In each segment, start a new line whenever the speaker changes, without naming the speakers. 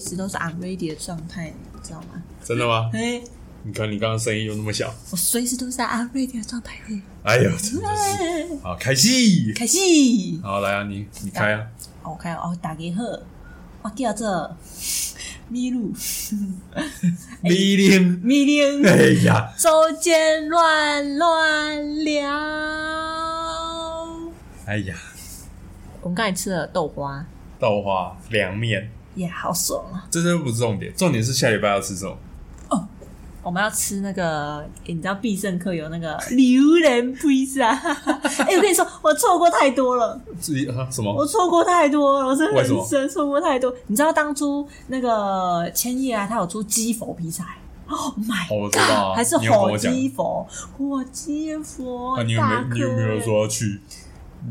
直都是 unready 的状态，你知道吗？
真的吗？
哎，
你看你刚刚声音又那么小，
我随时都是在 unready 的状态。
哎呦，真的是
哎，
好开戏。
开始。
好，来啊，你你开啊，
我开哦，打给贺，我叫做 米露，哎
米林，
米林，
哎呀，
周间乱乱聊。
哎呀，
我们刚才吃了豆花，
豆花凉面，
也好爽啊！
这都不是重点，重点是下礼拜要吃什么？
我们要吃那个，诶你知道必胜客有那个 榴莲披 萨。哎、我跟你说，我错过太多了，
自己啊什
我
么？
错过太多了，我真的
为什么
人生错过太多。你知道当初那个千叶啊，他有出鸡佛披萨、Oh my
哦我
god！
知道啊
还是
你有跟
火
我讲
鸡佛，火鸡佛。
啊，你有没有
大颗
你有没有？说要去？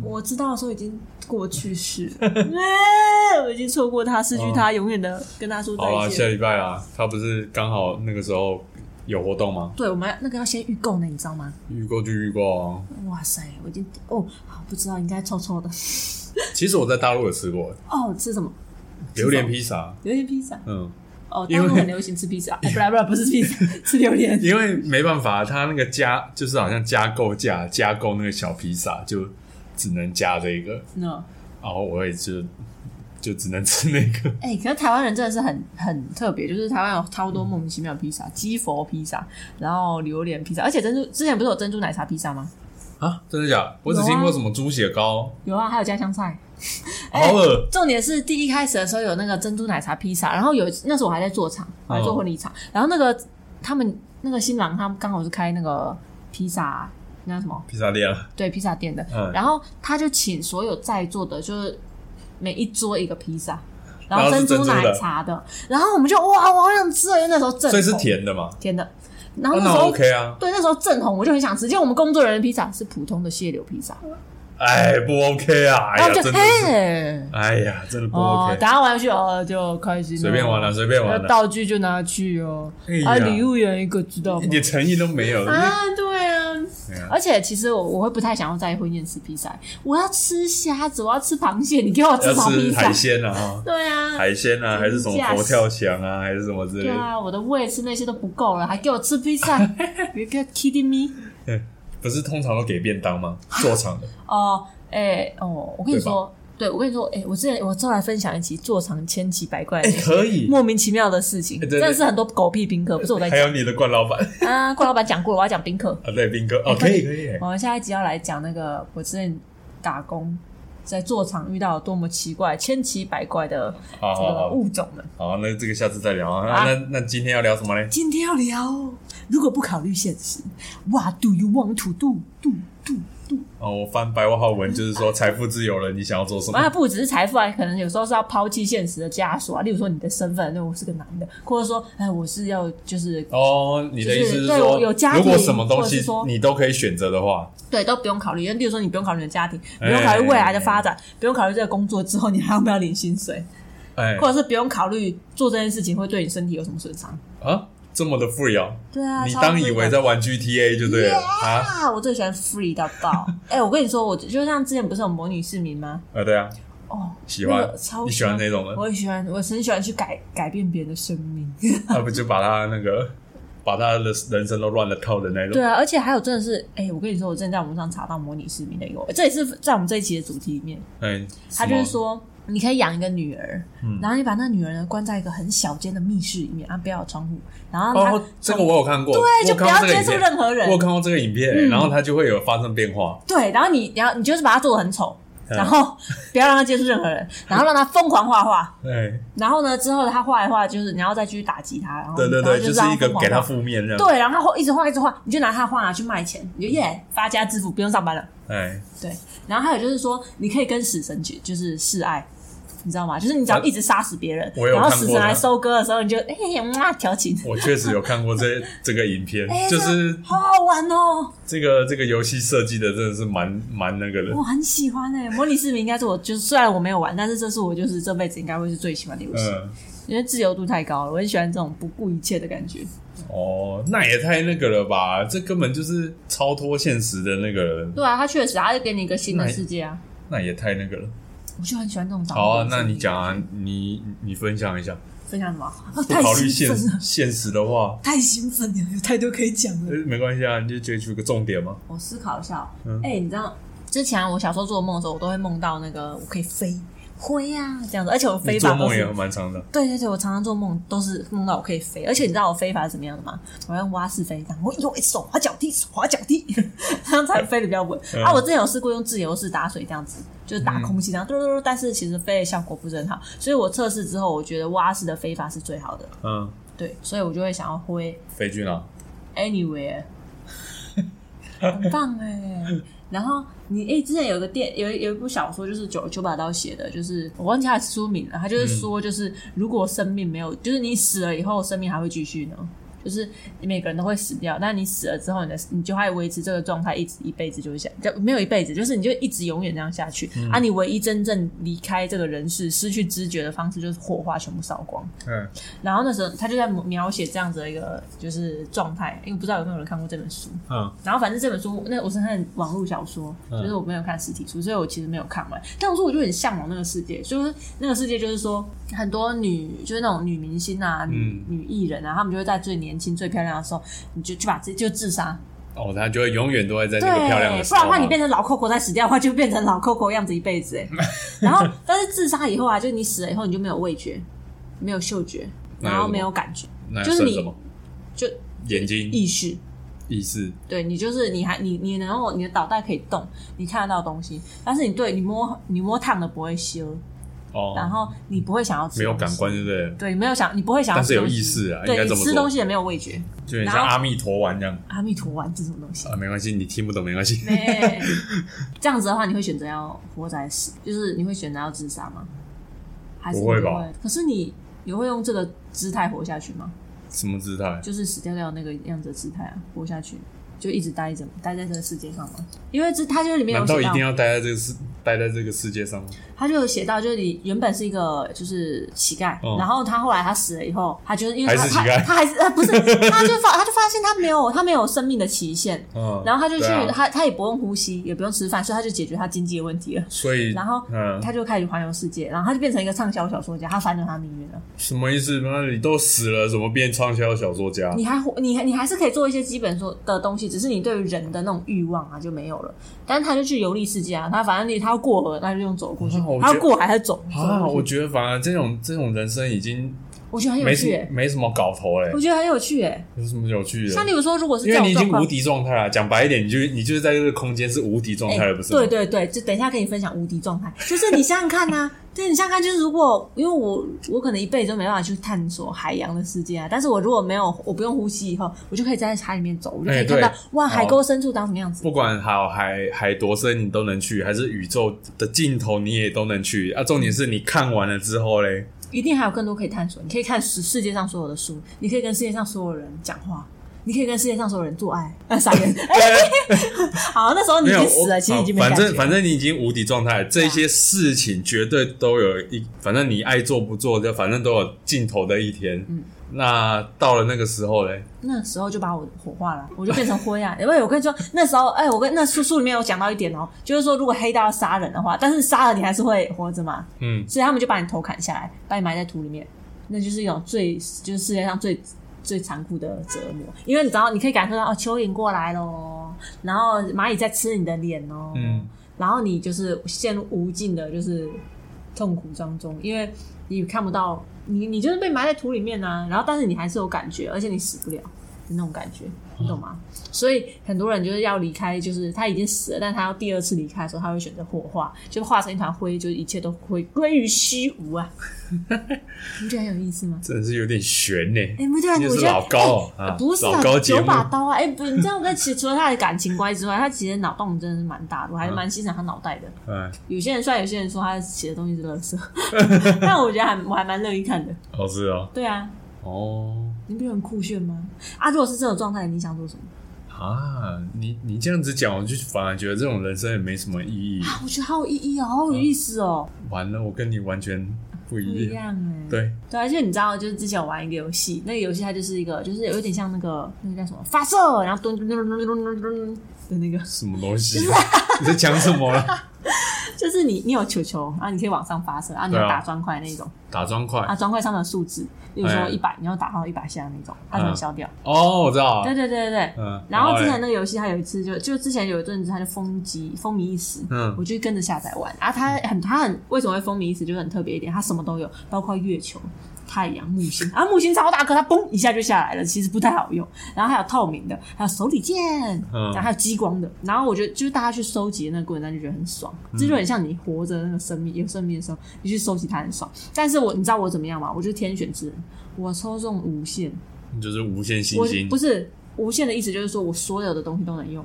我知道的时候已经过去式 了，哎我已经错过他，失去他，永远的跟他说
哦好啦，
再
下
见。
礼拜啊，他不是刚好那个时候有活动吗？
对，我们要那个要先预购呢，你知道吗？
预购就预购啊。
哇塞，我已经哦，好不知道应该臭臭的。
其实我在大陆有吃过
哦，吃什么？
榴莲披萨，
榴莲披萨。
嗯，
哦，
因
大
为
陆很流行吃披萨，哎，不然不然不是披 萨，吃榴莲。
因为没办法，它那个加就是好像加购价加购那个小披萨，就只能加这个，
那
然后我也就就只能吃那 个。
哎、可是台湾人真的是很很特别，就是台湾有超多莫名其妙的披萨，鸡佛披萨，然后榴莲披萨，而且珍珠之前不是有珍珠奶茶披萨吗？
啊，真的假的？我只听过什么猪血糕，
有啊，还有家乡菜。哎
好恶
重点是第一开始的时候有那个珍珠奶茶披萨，然后有那时候我还在做场，
哦
我还做婚礼场，然后那个他们那个新郎他们刚好是开那个披萨那叫什么
披萨店啊，
对披萨店的，
嗯
然后他就请所有在座的，就是每一桌一个披萨，然
然
后
后
珍
是
珠
珍珠
奶
的
茶的，然后我们就哇，我好想吃哦，因为那时候正
所以是
红
甜的嘛？
甜的，然后
哦
那时
那
候、
OK 啊，
对那时候正红，我就很想吃，结果我们工作人员的披萨是普通的蟹柳披萨，
哎，不 OK 啊，哎
然后我
呀，
就
真的是，
嘿。
哎呀，真的不
哦，
OK，
打完游戏哦就开心，
随便玩了，，随便
那
玩了，
道具就拿去哦，
哎呀
啊，礼物有一个知道吗
一？点诚意都没有。
啊，对啊，
哎呀
而且其实我我会不太想要在婚宴吃披萨，我要吃虾子，我要吃螃蟹，你给我吃
要
啥披
吃
萨
海？鲜啊，哈
对啊，
海鲜啊，还是什么
价值
佛跳墙啊，还是什么之类
对
的，
啊，我的胃吃那些都不够了，还给我吃披 萨，You got kidding me？
不是通常都给便当吗？做场的，
哦，哎、哦，我跟你说，对我跟你说，哎、我之前我后来分享一期做场千奇百怪的
哎，可以。
莫名其妙的事情，
哎对
真
对
的是很多狗屁宾客，不是我在
还
讲
有你的冠老板
啊，郭老板讲过了，我要讲宾客。
啊，对，斌哥
哎
哦，可以可以，
我们下一集要来讲那个我之前打工在做场遇到多么奇怪、千奇百怪的
好
这
好
个
好
物种们。
好，那这个下次再聊啊。
啊
啊那那今天要聊什么呢？
今天要聊，如果不考虑现实，What do you want to do? Do do do？
哦，我翻白话浩文就是说财富自由了，你想要做什
啊，
么？
不只是财富啊，可能有时候是要抛弃现实的枷锁啊，例如说你的身份，那我是个男的，或者说，哎，我是要就是
哦，你的意思
就是是对
说
我有家，庭
如果什么东
或者
西
是说
你都可以选择的话，
对都不用考虑，因为例如说你不用考虑你的家庭，不用考虑未来的发展，不用考虑这个工作之后你还要不要领薪水，
哎
或者是不用考虑做这件事情会对你身体有什么损伤。
啊，这么的富有，
对啊，
你
超
当
自
以为
然
在玩 GTA 就对了啊？
啊，我最喜欢 free 到 爆。哎、我跟你说，我就像之前不是有模拟市民吗？
啊，对啊，
哦，
喜欢
那个超
你喜欢哪种的
我很喜欢，我很喜欢去改改变别人的生命。
那啊不就把他那个把他的人生都乱了套的那种
对？啊，而且还有真的是，哎、我跟你说，我真的在网上查到模拟市民的一个，这也是在我们这一期的主题里面，
哎，
他就是说。你可以养一个女儿，
嗯
然后你把那女儿呢关在一个很小间的密室里面，啊，不要有窗户，然
什
后
么
她、
哦，这个我有看过，
对，
我
就
有
不要
看过这个
接
影
触
片
任何人嗯
我有。看过这个影片，然后它就会有发生变化。
对，然后你，然后你就是把他做的很丑，
嗯
然后不要让他接触任何人， 然后让他疯狂画画，
哎，
然后呢，之后他画一画，就是你要再继续打击他，然后
对对
然
对，
后
就是
让
一个
疯狂
给他
画
负面这样。
对，然后他一直画一直画，你就拿他画去卖钱，你就耶发家致富，不用上班了。
哎，
对，然后还有就是说，你可以跟死神去就是示爱。你知道吗？就是你只要一直杀死别人，
啊我有
然后
看
死
过
神来
他
收割的时候，你就哎呀嘛调情，
我确实有看 过这这个影片
哎，
就是
好好玩哦，
这个这个游戏设计的真的是蛮蛮那个的
我。很喜欢哎、模拟市民应该是我就是虽然我没有玩，但是这是我就是这辈子应该会是最喜欢的游戏。
嗯，
因为自由度太高了，我很喜欢这种不顾一切的感觉。
哦，那也太那个了吧？这根本就是超脱现实的那个了，
对啊，它确实，它就给你一个新的世界啊！
那也太那个了。
我就很喜欢这种掌握
好啊，
的
那
世界
你讲啊，你你分享一下。
分享什么？啊
不
太
考虑
兴
现
奋了，
现实的话，
太兴奋了，有太多可以讲了
呃。没关系啊，你就追求个重点嘛。
我思考一下哦，哎、
嗯
你知道之前啊我小时候做梦的时候，我都会梦到那个我可以飞，会啊这样子，而且我
你
飞
做
法都
梦也
是。
蛮长的，
对对对，我常常做梦都是梦到我可以飞，而且你知道我飞法是怎么样的吗？我用蛙式飞，然后用手滑脚踢，手滑脚踢， 这样才飞得比较稳、
嗯
啊！我之前有试过用自由式打水，这样子就是打空气这样，嘟嘟嘟，但是其实飞的效果不是很好，所以我测试之后，我觉得蛙式的飞法是最好的，
嗯，
对，所以我就会想要挥
飞啊去哪？
anyway，很棒哎、然后你哎、之前有个电有有一部小说，就是九九把刀写的，就是我忘记他的书名了。他就是说，就是、如果生命没有，就是你死了以后，生命还会继续呢。就是你每个人都会死掉，但你死了之后，你的你就还维持这个状态，一直一辈子就是这样，就没有一辈子，就是你就一直永远这样下去、啊！你唯一真正离开这个人世、失去知觉的方式，就是火花全部烧光。
嗯，
然后那时候他就在描写这样子的一个就是状态，因为不知道有没有人看过这本书。
嗯，
然后反正这本书，那我是看网络小说，
嗯
就是我没有看实体书，所以我其实没有看完。但是我就很向往那个世界，就是那个世界，就是说很多女，就是那种女明星啊、
嗯
女、女艺人啊，她们就会在最年轻、最漂亮的时候，你就去把自己就自杀，
哦，他就会永远都会在
对，
那个漂亮的时
不然
候啊，
的话，你变成老 Coco 再死掉的话，就变成老 Coco 样子一辈 子哎。然后，但是自杀以后啊，就是你死了以后，你就没有味觉，没有嗅觉，
那
然后
有什么
没有感觉，
那
就是
算
你
什么？
就
眼睛
意识。
意识，
对你就是你还你你能够你的脑袋可以动，你看得到东西，但是你对你摸你摸烫的不会修，
哦，
然后你不会想要吃，
没有感，官，对不对？
对，你没有想你不会想要
但是
吃东
有
西，
意识啊应
对
该
你
这么
吃
说
东西也没有味觉。
就很像
然后
阿弥陀丸这样
阿弥陀丸是什么东西？
啊，没关系，你听不懂没关系。
哎这样子的话，你会选择要活在死，就是你会选择要自杀吗？还是你
不会吧
就可是你你会用这个姿态活下去吗？
什么姿态？
就是死掉掉那个样子的姿态啊，活下去就一直待着，待在这个世界上吗？因为这他就是里面
难
有
道
写
一
到
定，要待在这个世待在这个世界上吗？
他就有写到，就是你原本是一个就是乞丐，
嗯
然后他后来他死了以后，他就是因为他
还是乞丐
他他还是呃不是， 他就发他就发现他没有他没有生命的期限。
嗯，
然后他就去，
对啊
他他也不用呼吸，也不用吃饭，所以他就解决他经济的问题了。
所以
然后
嗯，
他就开始环游世界，然后他就变成一个畅销小说家，他反转他命运了。
什么意思？那你都死了，怎么变畅销小说家？
你还活你还你还是可以做一些基本说的东西，只是你对于人的那种欲望啊就没有了。但是他就去游历世界啊，他反正你他要过河，他就用走过去
啊我；
他要
觉得
过海，他就走。走
啊，
过去
我觉得反而这种这种人生已经
我觉得很有
没
趣、
什
欸，
没什么搞头嘞
我，觉得很有趣诶、
有什么有趣
像例
的？
如说，如果是
因
这
为
种
你已
状
经
况
无，敌状态了，讲白一点，你就你就是在这个空间是无敌状
哎
态了，不是吗？
对对对，就等一下跟你分享无敌状态，就是你想想看呐、 对，你想想看，就是如果因为我我可能一辈子都没办法去探索海洋的世界啊，但是我如果没有我不用呼吸以后，我就可以在海里面走，我就可
哎
以
对
看到、哇
哦
海沟深处长什么样子。
不管好海海多深，你都能去，还是宇宙的尽头，你也都能去啊。重点是你看完了之后嘞，
一定还有更多可以探索。你可以看世世界上所有的书，你可以跟世界上所有人讲话，你可以跟世界上所有人做爱。啊，傻 眼！ 哎、好，那时候嗯你已
没有
经
我
死了，啊其实已经没
好
感
反
觉。
正反正你已经无敌状态了，这些事情绝对都有一，反正你爱做不做，就反正都有尽头的一天。嗯，那到了那个时候嘞，
那时候就把我火化了，我就变成灰啊！ 因为我跟你说，那时候，哎、我跟那书书里面有讲到一点哦、就是说，如果黑到要杀人的话，但是杀了你还是会活着嘛，
嗯，
所以他们就把你头砍下来，把你埋在土里面，那就是一种最就是世界上最最残酷的折磨，因为你知道你可以感受到哦，蚯蚓过来咯，然后蚂蚁在吃你的脸哦，
嗯
然后你就是陷入无尽的就是痛苦当中，因为你看不到你你就是被埋在土里面啊，然后但是你还是有感觉，而且你死不了。的那种感觉，你懂吗？所以很多人就是要离开，就是他已经死了，但他要第二次离开的时候，他会选择火化，就化成一团灰，就是一切都会归于虚无 啊！你觉得很有意思吗？
真的是有点悬呢、
哎、不对啊，
你
我
是
觉得
老高
哎
啊
不是啊
老，高节
九
目
把刀啊！哎、不，你知道，那其实除了他的感情观之外，他其实脑洞真的是蛮大的，我还蛮欣赏他脑袋的。
哎，
有些人虽然有些人说他写的东西是垃圾， 但我觉得还我还蛮乐意看的。
哦是哦，
对啊，
哦
你不觉得很酷炫吗？啊，如果是这种状态，你想做什么？
啊，你你这样子讲，我就反而觉得这种人生也没什么意义。
啊，我觉得好有意义哦，好有意思哦，
完了，我跟你完全不
不
一
一
样。
样哎。
对，
对，而且你知道，就是之前我玩一个游戏，那个游戏它就是一个，就是有一点像那个那个叫什么发射，然后咚咚咚咚咚咚咚咚的那个，
什么东西、啊？你在讲什么了？
就是你你有球球啊，你可以往上发射啊，你有
对啊
打砖块那种
打砖块
啊，砖块上的数字，比如
哎嗯
说一百，你要打到一百下那种，它就能消掉。
哦，我知道
对
了，
对对对对。
嗯，
然后之前
嘞
那个游戏，它有一次就就之前有一阵子，它就风靡风靡一时，
嗯
我就跟着下载玩啊。它很它很为什么会风靡一时，就是很特别一点，它什么都有，包括月球、太阳、木星啊，木星超大颗，它嘣一下就下来了，其实不太好用。然后还有透明的，还有手里剑，
嗯
然后还有激光的。然后我觉得就是大家去收集那个过程中就觉得很爽，
嗯
这就很像你活着那个生命有生命的时候，你去收集它很爽。但是我你知道我怎么样吗？我就是天选之人，我抽中无限。
嗯就是无限信
我
心
不。是无限的意思，就是说我所有的东西都能用。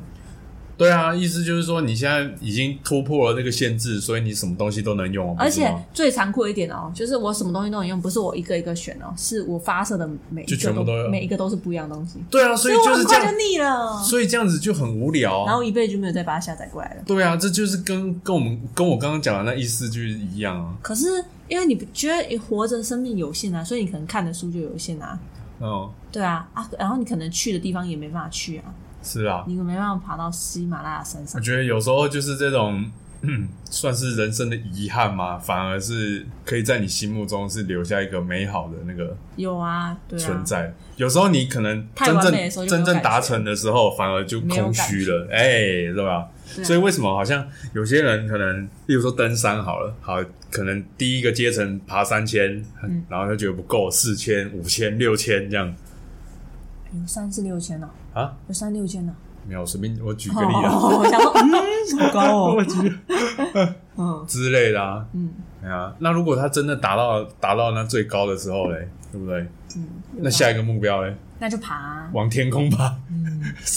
对啊，意思就是说你现在已经突破了这个限制，所以你什么东西都能用啊，
而
不是
且
吗
最残酷一点哦，就是我什么东西都能用，不是我一个一个选哦，是我发射的每一
就
个
全部都要
每一个都是不一样的东西，
对啊，所以
我
就
很
是这
快就
样，
腻了。
所以这样子就很无聊
然
啊
后。一辈子就没有再把它下载过来了。
对啊，这就是跟跟我们跟我刚刚讲的那意思就是一样啊。
可是因为你不觉得活着生命有限啊，所以你可能看的书就有限啊，
嗯，
对啊啊，然后你可能去的地方也没办法去啊，
是啊，
你没办法爬到喜马拉雅山
我
上。
觉得有时候就是这种。嗯算是人生的遗憾吗？反而是可以在你心目中是留下一个美好的那个
有啊，对啊，
存在。有时候你可能
太
真
完美的时候
正
就没有
真正
感
达
觉
成的时候，反而就
没有
空
感
虚
觉
了，哎、对吧？
对啊
所以为什么好像有些人可能，例如说登山好了，好，可能第一个阶层爬三千、
嗯
然后他觉得不够，四千、五千、六千这样
有三至六千呢、哦
啊？
有三六千呢、
没有，随便我举
哦
个例啊，
我想说，嗯，好高
我
哦，
举
嗯
之类的啊，
嗯
对啊。那如果他真的达到达到那最高的时候嘞，对不对？
嗯，
那下一个目标嘞，
那就爬、啊，
往天空爬，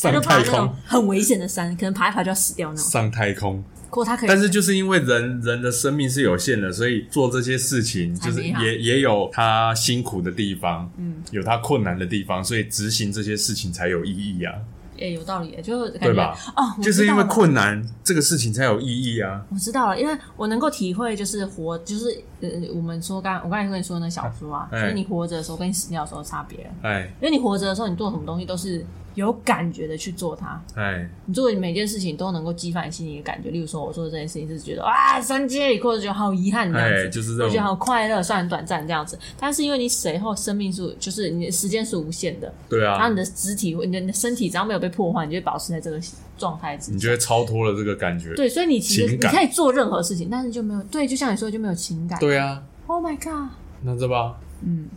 他就
上
爬
太
那种
空，
很危险的山，可能爬一爬就要死掉那种。
上太空。
不过他可以，
但是就是因为人人的生命是有限的，所以做这些事情
才
就是
美好
也也有他辛苦的地方，
嗯，
有他困难的地方，所以执行这些事情才有意义啊，
也有道理，就是感觉
对吧？
哦，我
就是因为
知道了
困难这个事情才有意义啊，
我知道了，因为我能够体会，就是活，就是呃，我们说刚我刚才跟你说的那小说啊，就
哎
是你活着的时候跟你死掉的时候的差别了。
哎
因为你活着的时候，你做什么东西都是有感觉的去做它，
哎，
你做每件事情都能够激发你心里的感觉。例如说，我做的这件事情是觉得啊，三阶或者觉得好遗憾这样子，
哎就是这种
我觉得好快乐，虽然短暂这样子，但是因为你死以后生命数就是你的时间是无限的，
对
然后
啊
你，的肢体、你的你的身体只要没有被破坏，你就会保持在这个状态之
你
下。
就会超脱了这个感觉，
对，所以你其实
嗯情
你
感
可以做任何事情，但是就没有对，就像你说的就没有情感。
对啊，
，Oh my god，
那这吧，
嗯，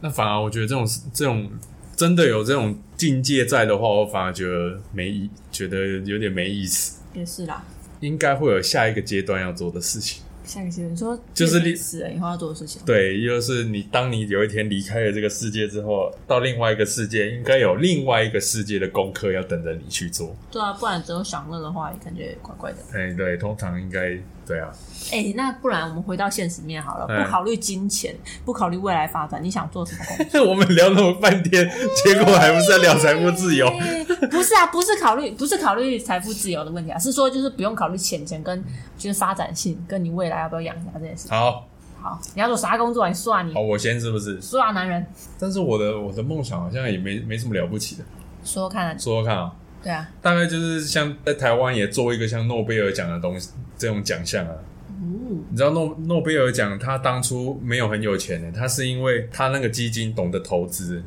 那反而我觉得这种这种真的有这种境界在的话，我反而觉得没意，觉得有点没意思，
也是啦。
应该会有下一个阶段要做的事情。
下一个阶段说
就是
你
你
死了以后要做的事情，
对，又是你当你有一天离开了这个世界之后，到另外一个世界，应该有另外一个世界的功课要等着你去做。
对啊，不然只有享乐的话，也感觉怪怪的。
哎，对，通常应该对啊，
哎、那不然我们回到现实面好了，
哎
不考虑金钱，不考虑未来发展，你想做什么工作？
我们聊那么半天，结果还不是在聊财务自由。
哎不是啊，不是考虑，不是考虑财富自由的问题啊，是说就是不用考虑钱钱跟就是发展性，跟你未来要不要养家这件事。
好，
好，你要做啥工作？你说啊你
好，，我先是不是？
说啊男人，
但是我的我的梦想好像也没没什么了不起的，
说说看啊，
说说看啊。
对啊，
大概就是像在台湾也做一个像诺贝尔奖的东西，这种奖项啊，
嗯，
你知道诺诺贝尔奖，他当初没有很有钱的，他是因为他那个基金懂得投资，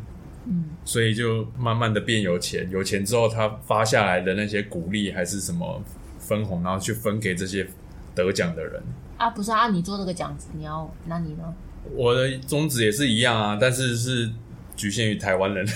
嗯，
所以就慢慢的变有钱。有钱之后，他发下来的那些鼓励还是什么分红，然后去分给这些得奖的人。
啊不是啊，你做这个奖子，你要那你呢？
我的宗旨也是一样啊，但是是局限于台湾人。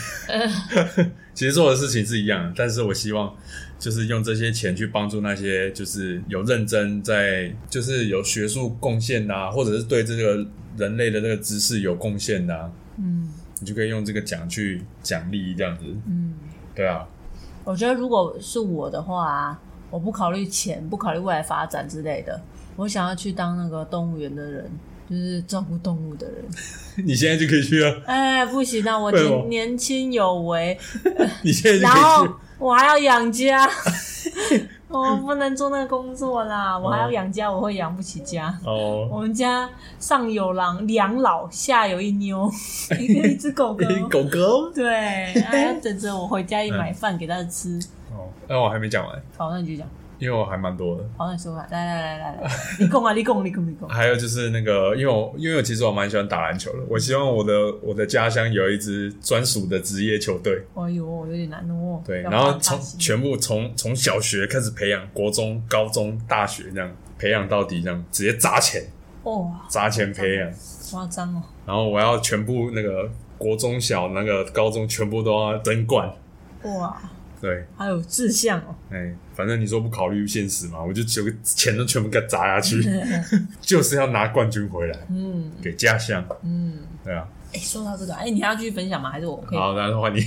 其实做的事情是一样的，但是我希望就是用这些钱去帮助那些就是有认真在就是有学术贡献呐、或者是对这个人类的这个知识有贡献呐、
嗯
你就可以用这个奖去奖励这样子。
嗯，
对啊，
我觉得如果是我的话、啊，我不考虑钱，不考虑未来发展之类的，我想要去当那个动物园的人。就是照顾动物的人，
你现在就可以去啊，
哎，不行啊！我
为什么
年年轻有为，
你现在就
然
可以
后
去。啊
我还要养 家，我不能做那个工作啦，我还要养家，我会养不起家。
哦，
我们家上有狼两老，下有一 妞，一个一只狗啊狗，
狗狗。
对，还要等着我回家一买饭给它吃。
哦，那我还没讲完。
好，那你就讲，
因为我还蛮多的。
好，那你说吧，来来来来来，你供啊，你供，你供， 你供。
还有就是那个，因为我因为我其实我蛮喜欢打篮球的，我希望我的我的家乡有一支专属的职业球队。
哎呦，有点难哦。
对，
要
然后
花
从
大心
全部从从小学开始培养，国中、高中、大学这样培养到底，这样直接砸钱，
哦，
砸钱培养。
夸张哦，
然后我要全部那个国中小、那个高中全部都要争冠。
哇，
对，
还有志向哦。
哎，反正你说不考虑现实嘛，我就九个钱都全部给它砸 下去，就是要拿冠军回来
嗯
给家乡。
嗯，
对啊，
哎，说到这个，哎，你还要继续分享吗？还是我可以？
好，然后换你。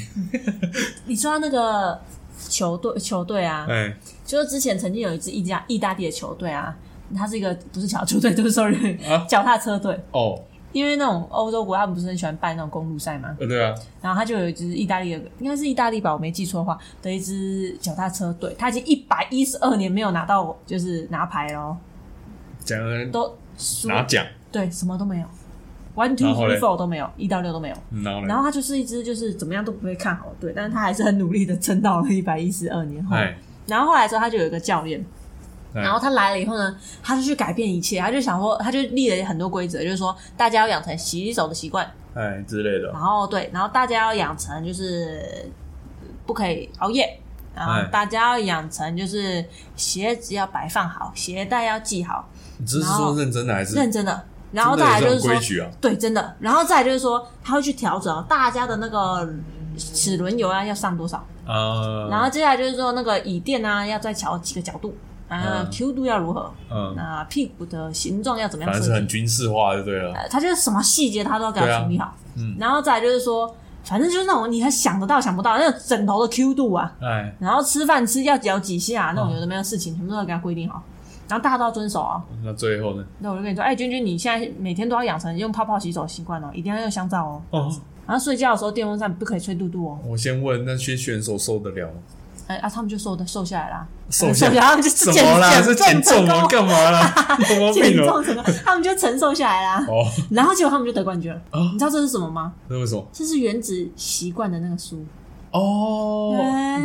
你说到那个球队，球队啊，
哎，
就是之前曾经有一支意大意大利的球队啊，它是一个不是小球队，对不 sorry，
啊
脚踏车队。
哦，
因为那种欧洲国家他们不是很喜欢办那种公路赛嘛，
呃，对啊，
然后他就有一支意大利的，应该是意大利吧，我没记错的话，的一支脚踏车队，他已经一百一十二年没有拿到就是拿牌咯，
讲
都输
拿奖，
对什么都没有，one two
然后嘞
three four 都没有，一到六都没有。
嗯然后
然后
呢？
他就是一支就是怎么样都不会看好的队，但是他还是很努力的撑到了一百一十二年后。
哎，
然后后来之后他就有一个教练，哦
哎
然后他来了以后呢，他就去改变一切，他就想说，他就立了很多规则，就是说大家要养成洗手的习惯，
哎之类的
然，后对，然后大家要养成就是呃不可以熬夜，然后
哎
大家要养成就是鞋子要摆放好，鞋带要系好，
你这是
然后
说认真的还是？
认真的。然后
真
再来
的有
就
这
是
种
说
规，矩啊，
对，真的。然后再来就是说，他会去调整哦大家的那个齿轮油啊要上多少，
啊，
然后接下来就是说那个椅垫啊要再调几个角度，啊
嗯
Q 度要如何，
嗯，
那屁股的形状要怎么
反
样
正
设
是很
计？
军事化就对了，
呃，他就是什么细节他都要给我
对啊
处理好。
嗯
然后再来就是说，反正就是那种你还想得到想不到，那个枕头的 Q 度啊，
哎，
然后吃饭吃要嚼几下、那种
嗯
有的没有事情，全部都要给他规定好。然后大家都要遵守哦。
那最后呢？
那我就跟你说，哎、君君，你现在每天都要养成用泡泡洗手习惯哦，一定要用香皂哦。
哦，
然后睡觉的时候，电风扇不可以吹肚肚哦。
我先问那些选手受得了吗？
哎、啊，他们就瘦的瘦下来啦，
瘦
下来，
下
他们就
什
减
么啦？是
减
减
成
重吗？
功，
干嘛 啦？有毛
减
病
重
哦！
成功，他们就承受下来啦。
哦，
然后结果他们就得冠军了。
啊
你知道这是什么吗？
那为什么？
这是原子习惯的那个书，
哦，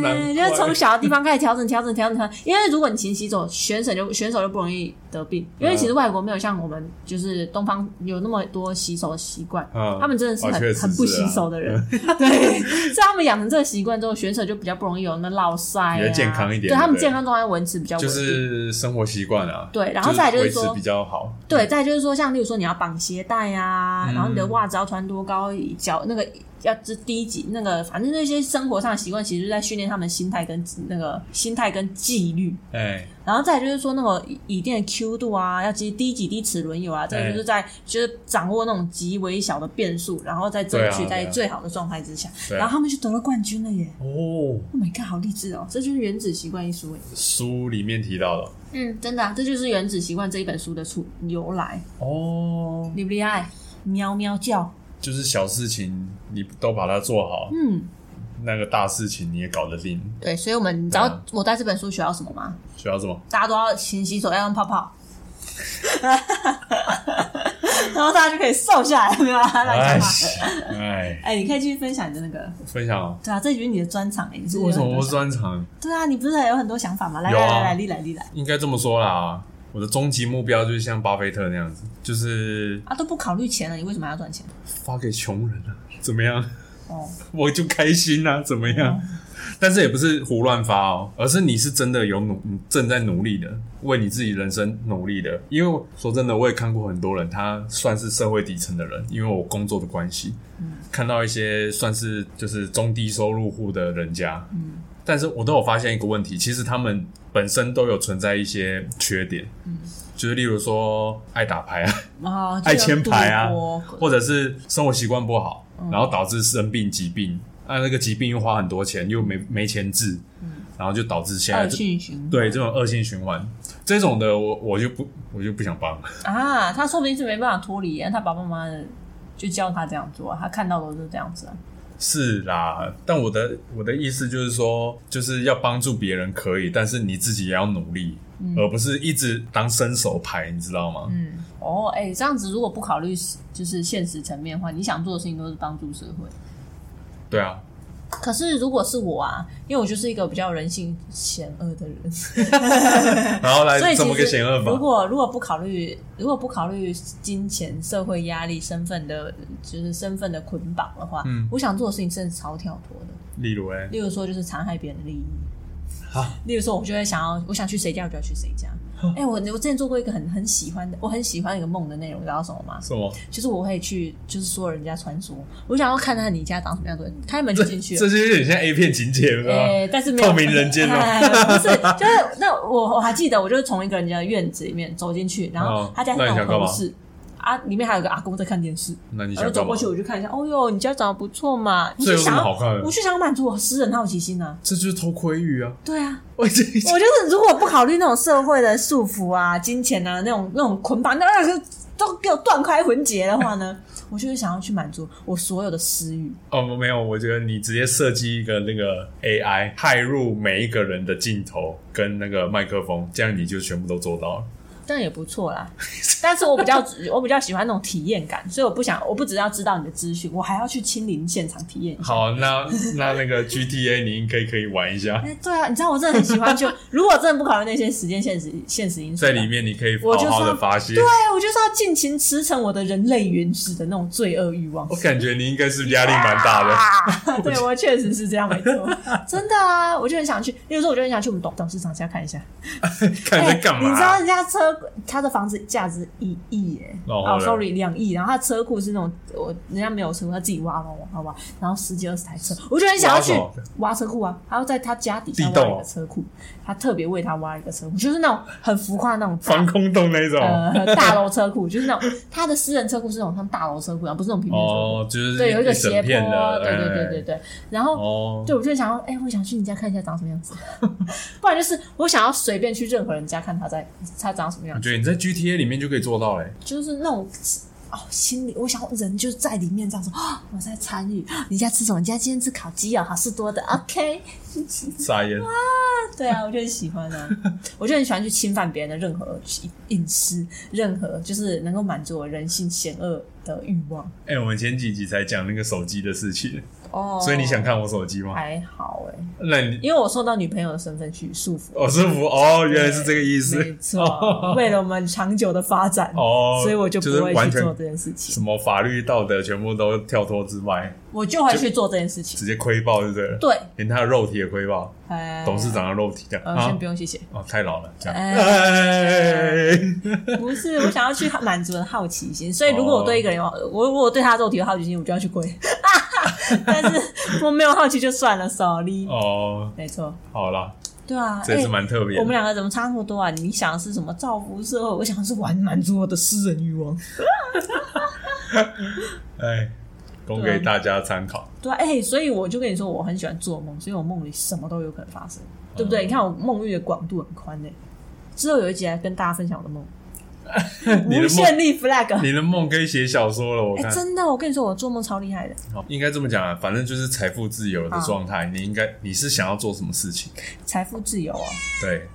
难
对，哎就是从
怪。
小的地方开始调整、调整、调整、调整。因为如果你勤洗手，选手就选手就不容易得病，因
嗯
为其实外国没有像我们就是东方有那么多洗手的习惯，
嗯
他们真的是
哦
很
确实
很不
是
洗
啊
手的 人，对，所以他们养成这个习惯之后，选手就比较不容易有那落腮，
比较健康一点
对他们
对
健康状态维持比较稳
就
定。
是生活习惯啊，
对然后再来就是
维
说
持比较好，
对，再就是说，像例如说你要绑鞋带啊，
嗯
然后你的袜子要穿多高，脚那个要这低级，那个反正那些生活上的习惯，其实就是在训练他们的心态跟那个心态跟纪律。
哎，
然后再就是说那个椅垫的 Q 度啊，要及低几滴齿轮油啊，这个
哎
就是在就是掌握那种极微小的变数，然后再争
对啊
取在
对啊
最好的状态之下，
对啊
然后他们就得了冠军了耶
哦，
！Oh my god，好励志哦！这就是《原子习惯》一书耶。
书里面提到的，
嗯，真的、啊，这就是《原子习惯》这一本书的出由来。
哦，
厉不厉害？喵喵叫，
就是小事情你都把它做好，
嗯，
那个大事情你也搞得定，
对，所以我们你知道
啊
我带这本书学到什么吗？
需要什么？
大家都要勤洗手，要用泡 泡，然后大家就可以瘦下来，没有啊？
哎
乱讲话。
哎，
哎，你可以继续分享你的那个，
分 享哦
对啊，这就是你的专场哎，你是不
为
是
什
有
么
很多
我
想？
专长？
对啊，你不是还有很多想法吗？来
有
来
啊
来来，丽来丽来
应该这么说啦，我的终极目标就是像巴菲特那样子，就是
啊，都不考虑钱了，你为什么还要赚钱？
发给穷人啊，怎么样？
哦，
我就开心啊，怎么样？但是也不是胡乱发哦，而是你是真的有努，你正在努力的，为你自己人生努力的。因为我说真的，我也看过很多人，他算是社会底层的人，因为我工作的关系，
嗯
看到一些算是就是中低收入户的人家，
嗯
但是我都有发现一个问题，其实他们本身都有存在一些缺点，
嗯
就是例如说爱打牌啊，
然后
爱签牌
哦
啊
就要赌博
或者是生活习惯不好，
嗯
然后导致生病疾病，那、那个疾病又花很多钱，又没没钱治，
嗯
然后就导致现在
恶
这
性循环
对这种恶性循环，这种的我我就不我就不想帮，
啊，他说不定是没办法脱离，他爸爸妈妈的就教他这样做啊，他看到的都是这样子啊。
是啦，但我的我的意思就是说，就是要帮助别人可以，但是你自己也要努力，而不是一直当伸手牌，你知道吗？
嗯，哦，哎、这样子如果不考虑就是现实层面的话，你想做的事情都是帮助社会。
对啊，
可是如果是我啊，因为我就是一个比较人性险恶的人，
然后
所
来
以
怎么个
其
险
实
恶
如
法？
果如果不考虑如果不考虑金钱、社会压力、身份的，就是身份的捆绑的话，
嗯
我想做的事情真的超跳脱的。
例如哎，
例如说，就是残害别人的利益。
啊，
例如说，我就会想要，我想去谁家，我就要去谁家。哎、我我之前做过一个很很喜欢的，我很喜欢一个梦的内容，你知道什么吗？
什么？
就是我会去，就是说人家穿梭，我想要看看你家长什么样的人，开门就进去了。
这些有点像 A 片情节，你知道吗？
哎，但是没有
透明人间哦
哎不是，就是那我我还记得，我就是从一个人家的院子里面走进去，然后
哦
他家是
那你
那
想
种
干嘛
合适啊，里面还有个阿公在看电视，
那你
我就
想
走
干嘛
过？去我就看一下，哦哟，你家长得不错嘛，我就
这有什
想
么
要
好看的
我？就想满足我私人好奇心啊，
这就是偷窥欲啊！
对啊，
我这
我就是如果不考虑那种社会的束缚啊、金钱啊那种那种捆绑，那那个都给我断开魂结的话呢， 我就是想要去满足我所有的私欲。
哦，没有，我觉得你直接设计一个那个 AI，骇入每一个人的镜头跟那个麦克风，这样你就全部都做到了。
但也不错啦。但是我比较我比较喜欢那种体验感，所以我不想，我不只要知道你的资讯，我还要去亲临现场体验一下。
好，那 那那个 GTA 你应该可以玩一 下
哎、，对啊，你知道我真的很喜欢就， 如果真的不考虑那些时间现实现实因素
在
的，
里面你可以好
我就是
好的
要
发泄
对。啊我就是要尽情驰骋我的人类原始的那种罪恶欲望
我。感觉你应该是压力蛮 大的。
啊，对我确实是这样，没错，真的啊，我就很想去，例如说，我就很想去我们董董事长家看一下，
看你在干嘛、啊
哎你知道人家车他的房子价值一亿耶，
然后
哦、
嘞
s o r r y 两亿，然后他车库是那种我人家没有车库，他自己挖嘛，好吧，然后十几二十台车，我就很想要去
挖什么
挖车库啊，还要在他家底下
地洞
挖
哦
一个车库，他特别为他挖一个车库，就是那种很浮夸的那种大
防空洞那种？
呃大楼车库，就是那种他的私人车库是那种像大楼车库，啊然后不是那种平面车库，
哦，就是
呃对，有一个
整
斜坡，啊
片的，
对对
哎
对对对，然后
哦，
对，我就想要，哎、我想去你家看一下长什么样子， 不然就是我想要随便去任何人家看他在他长什么样
我
子，
觉得你在 GTA 里面就可以做到哎嘞、
就是那种哦，心里我想要人就是在里面这样说，啊我在参与，你家吃什么？你家今天吃烤鸡啊，好事多的，OK，
傻眼，
对啊，我就很喜欢 啊，我就很喜欢去侵犯别人的任何隐私，任何就是能够满足我人性险恶的欲望。
哎、我们前几集才讲那个手机的事情，
哦，
所以你想看我手机吗？
还好哎、
那你
因为我受到女朋友的身份去束缚。
我是服哦，原来是这个意思，
没错，为了我们长久的发展，
哦，
所以我就不
是
会
完
去
全
做这件事情，
什么法律道德全部都跳脱之外，
我就会去做这件事情。
直接亏爆就对了，
对，
连他的肉体也亏爆，
哎，
董事，长的肉体这样、
呃，
啊
先不，用谢谢。
哦，太老了，这样，
哎
哎，
不是，我想要去 满足我的好奇
哦
心，所以如果我对一个人有，我如果我对他肉体有好奇心，我就要去 跪。但是我没有好奇就算了，sorry。
哦，
没错，
好啦，
对啊，
这也
哎
是蛮特别的。
我们两个怎么差那么多啊？你想的是什么造福社会？我想的是玩满足我的私人欲望。
哎，供给大家参考。
对啊，哎、所以我就跟你说，我很喜欢做梦，所以我梦里什么都有可能发生，
哦
对不对？你看我梦域的广度很宽呢、欸之后有一集来跟大家分享我的梦，
你
无
的
限
梦，
力 flag。
你的梦可以写小说了，我
哎、
看。
真的，我跟你说，我做梦超厉害的。
好应该这么讲啊，反正就是财富自由的状态。你应该你是想要做什么事情？
财富自由啊，
对，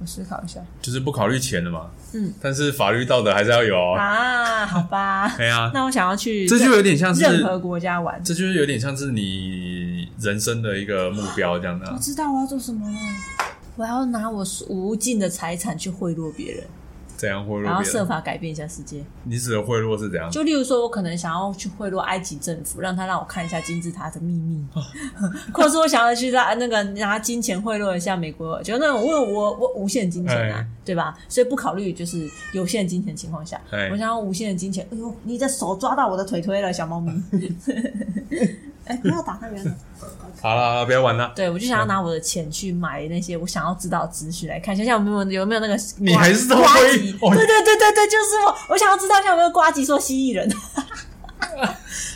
我思考一下
就是不考虑钱的嘛。
嗯，
但是法律道德还是要有哦。
啊，好 吧。
哎呀，
那我想要去
这就有点像是，
任何国家玩，
这就是有点像是你人生的一个目标这样的啊
我。知道我要做什么了，啊我要拿我无尽的财产去贿赂别人，
怎样贿
然
赂
后
别
设
人？
法改变一下世界。
你指的贿赂是怎样？
就例如说，我可能想要去贿赂埃及政府，让他让我看一下金字塔的秘密，
哦
或者是我想要去让那个拿金钱贿赂一下美国，就那种我我我无限金钱啊，
哎
对吧？所以不考虑就是有限金钱情况下，
哎
我想要无限的金钱。哎呦，你的手抓到我的腿腿了，小猫 咪！ 哎，不要打开原来。
好了，好啦不要玩了。
对，我就想
啊
要拿我的钱去买那些我想要知道的资讯来看一下，像有没有有没有那个
你
瓜
还是偷窥
瓜吉
哦
对对对对对，就是我，我想要知道像有没有瓜吉说蜥蜴人，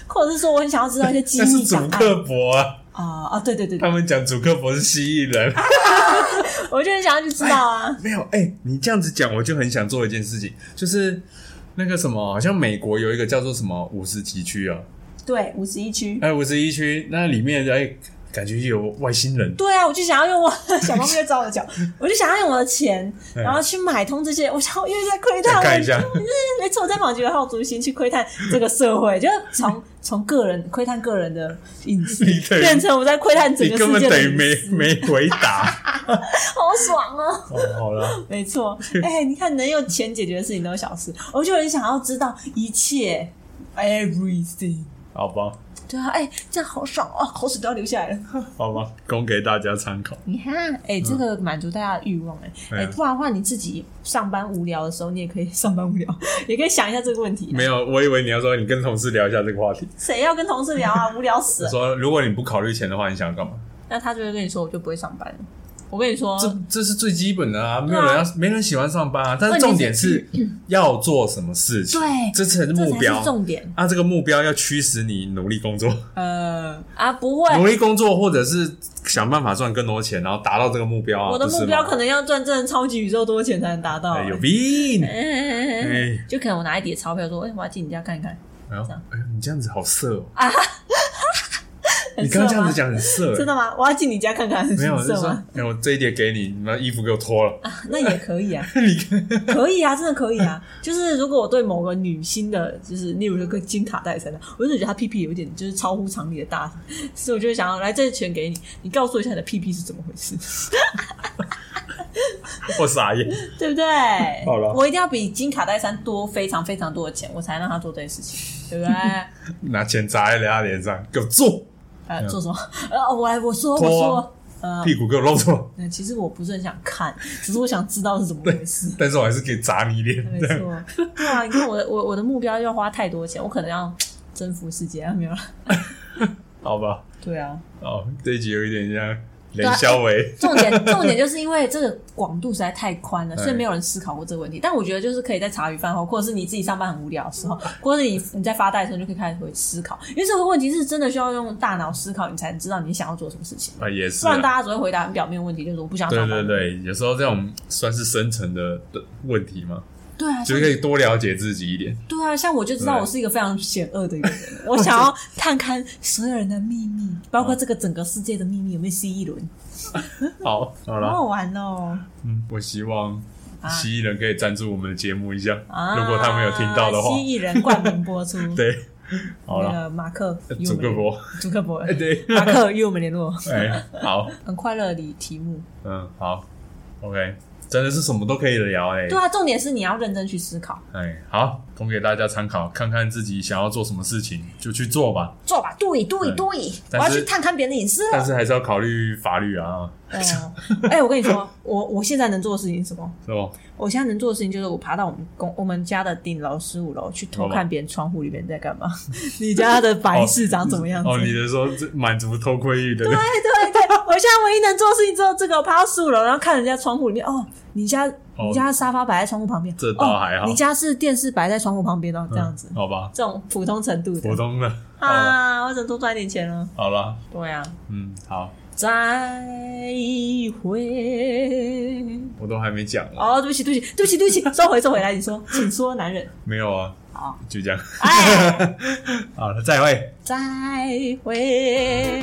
或者是说我很想要知道一些机
那是
密
主
档案
克伯啊，
啊啊，对对对，对
他们讲主克伯是蜥蜴人。
啊我就很想要去知道啊，
没有，哎、你这样子讲，我就很想做一件事情，就是那个什么，好像美国有一个叫做什么五十级区啊，
对，五十一区。
哎，五十一区，那里面哎、感觉有外星人，
对啊，我就想要用我 小猫咪在找我的脚，我就想要用我的钱，
嗯
然后去买通这些。我想，因为在窥探
再
我
看一下，
没错，我在忙几个好足心去窥探这个社会，就是从从个人窥探个人的隐私，
你等于
变成我在窥探整
你
个
根
世
本
界
等
的
于
隐
没
私，
没回答。
好爽啊！
哦，好了，
没错，哎、你看能用钱解决的事情都是小事，我就很想要知道一切，everything。
好吧，
对啊，哎、这样好爽啊，口水都要流下来了。
好吧，供给大家参考。
你看，哎、这个满足大家的欲望、哎、
对
哎、
啊
不然的话，你自己上班无聊的时候，你也可以上班无聊，也可以想一下这个问题、
没有，我以为你要说你跟同事聊一下这个话题。
谁要跟同事聊啊？无聊死了。
说如果你不考虑钱的话，你想要干嘛？
那他就会跟你说，我就不会上班了。我跟你说，
这这是最基本的啊，没
啊
有人要，没人喜欢上班啊。但是重点是要做什么事情，
嗯对
这才是
这
目
才是
标。
重点。
啊，这个目标要驱使你努力工作，
呃，啊，不会，
努力工作，或者是想办法赚更多钱，然后达到这个目标啊。
我的
不是
目标
吗
可能要赚真的超级宇宙多钱才能达到、
哎有病！
哎哎哎哎
哎
就可能我拿一叠钞票说，哎、我要进你家看一看，
哎呦
这样
哎呦，你这样子好色哦！
很
你刚刚这
色吗
样子讲很色，
真的吗？我要进你家看看，
没有？我
是
就说
吗？，
哎，我这一叠给你，你把衣服给我脱 了。
那也可以啊，
你看，
可以啊，真的可以啊。就是如果我对某个女星的，就是例如这个金卡戴珊啊，我就觉得她屁屁有一点就是超乎常理的大，所以我就会想要来这拳给你，你告诉我一下你的屁屁是怎么回事，
我傻眼。
对不对？
好了
我一定要比金卡戴珊多非常非常多的钱，我才让她做这件事情， 对不对？
拿钱砸在人家脸上，给我做，
呃，做什么？呃，我来，我说，我
嗯脱啊
说，呃，
屁股给我露出来，
嗯，其实我不是很想看，只是我想知道是怎么回事。
但是我还是可以砸你脸。
没错，对啊，你看我的我我的目标要花太多钱，我可能要征服世界啊，没有了。
好吧，
对啊，
哦，这一集有一点像雷肖维，
重点重点就是因为这个广度实在太宽了，
对
所以没有人思考过这个问题。但我觉得就是可以在茶余饭后，或者是你自己上班很无聊的时候，或者你你在发呆的时候，你就可以开始会思考，因为这个问题是真的需要用大脑思考，你才知道你想要做什么事情。
啊，也是
不然
啊。
哎大家啊只会回答很表面的问题，就是我不想上
对
班。
对对，有时候这种算是深层的的问题嘛，
对啊，
就
像
可以多了解自己一点。
对啊，像我就知道
对
我是一个非常险恶的一个人，我想 要探勘所有人的秘密，包
嗯
括这个整个世界的秘密有没有 C 一轮，
好，好
好好
了，
玩哦！
嗯，我希望
啊
蜥蜴人可以赞助我们的节目一下，
啊，
如果他们有听到的话，
蜥蜴人冠名播出，，
对，好
那
了，
个马克与我
主
们
个
联络，
播，
主克伯，
哎，对，
马克与我们联络，
哎，好，
很快乐的题目。
嗯，好，OK，真的是什么都可以聊，哎，
对啊，重点是你要认真去思考，
哎，好，供给大家参考，看看自己想要做什么事情就去做 吧。
做吧，对对
对
对，我
但
要
是
去探勘别人的隐 私
但
了。
是还是要考虑法律啊，
哦，哎，我跟你说，我我现在能做的事情是什么？
是吧？
我现在能做的事情就是我爬到我们公我们家的顶楼十五楼去偷看别人窗户里面在干嘛， 你家的白事长怎么样子？
哦哦，你的说这满足偷窥欲的嗯那
对啊对对，我现在唯一能做的事情只有这个，我爬到十五楼，然后看人家窗户里面，哦，你家、
哦
你家的沙发摆在窗户旁边，
这倒还好
哦你家是电视摆在窗户旁边哦，这样子，
嗯好吧，
这种普通程度
普
的
通的，好了，
啊，我只能多赚一点钱了。
好了，
对啊，
嗯，好，
再会。
我都还没讲了，
哦，对不起，对不起，对不起，对不起，收回，收回来，你说，请说，男人。
没有啊，
好，
就这样，
哎。
好了，再会。
再会。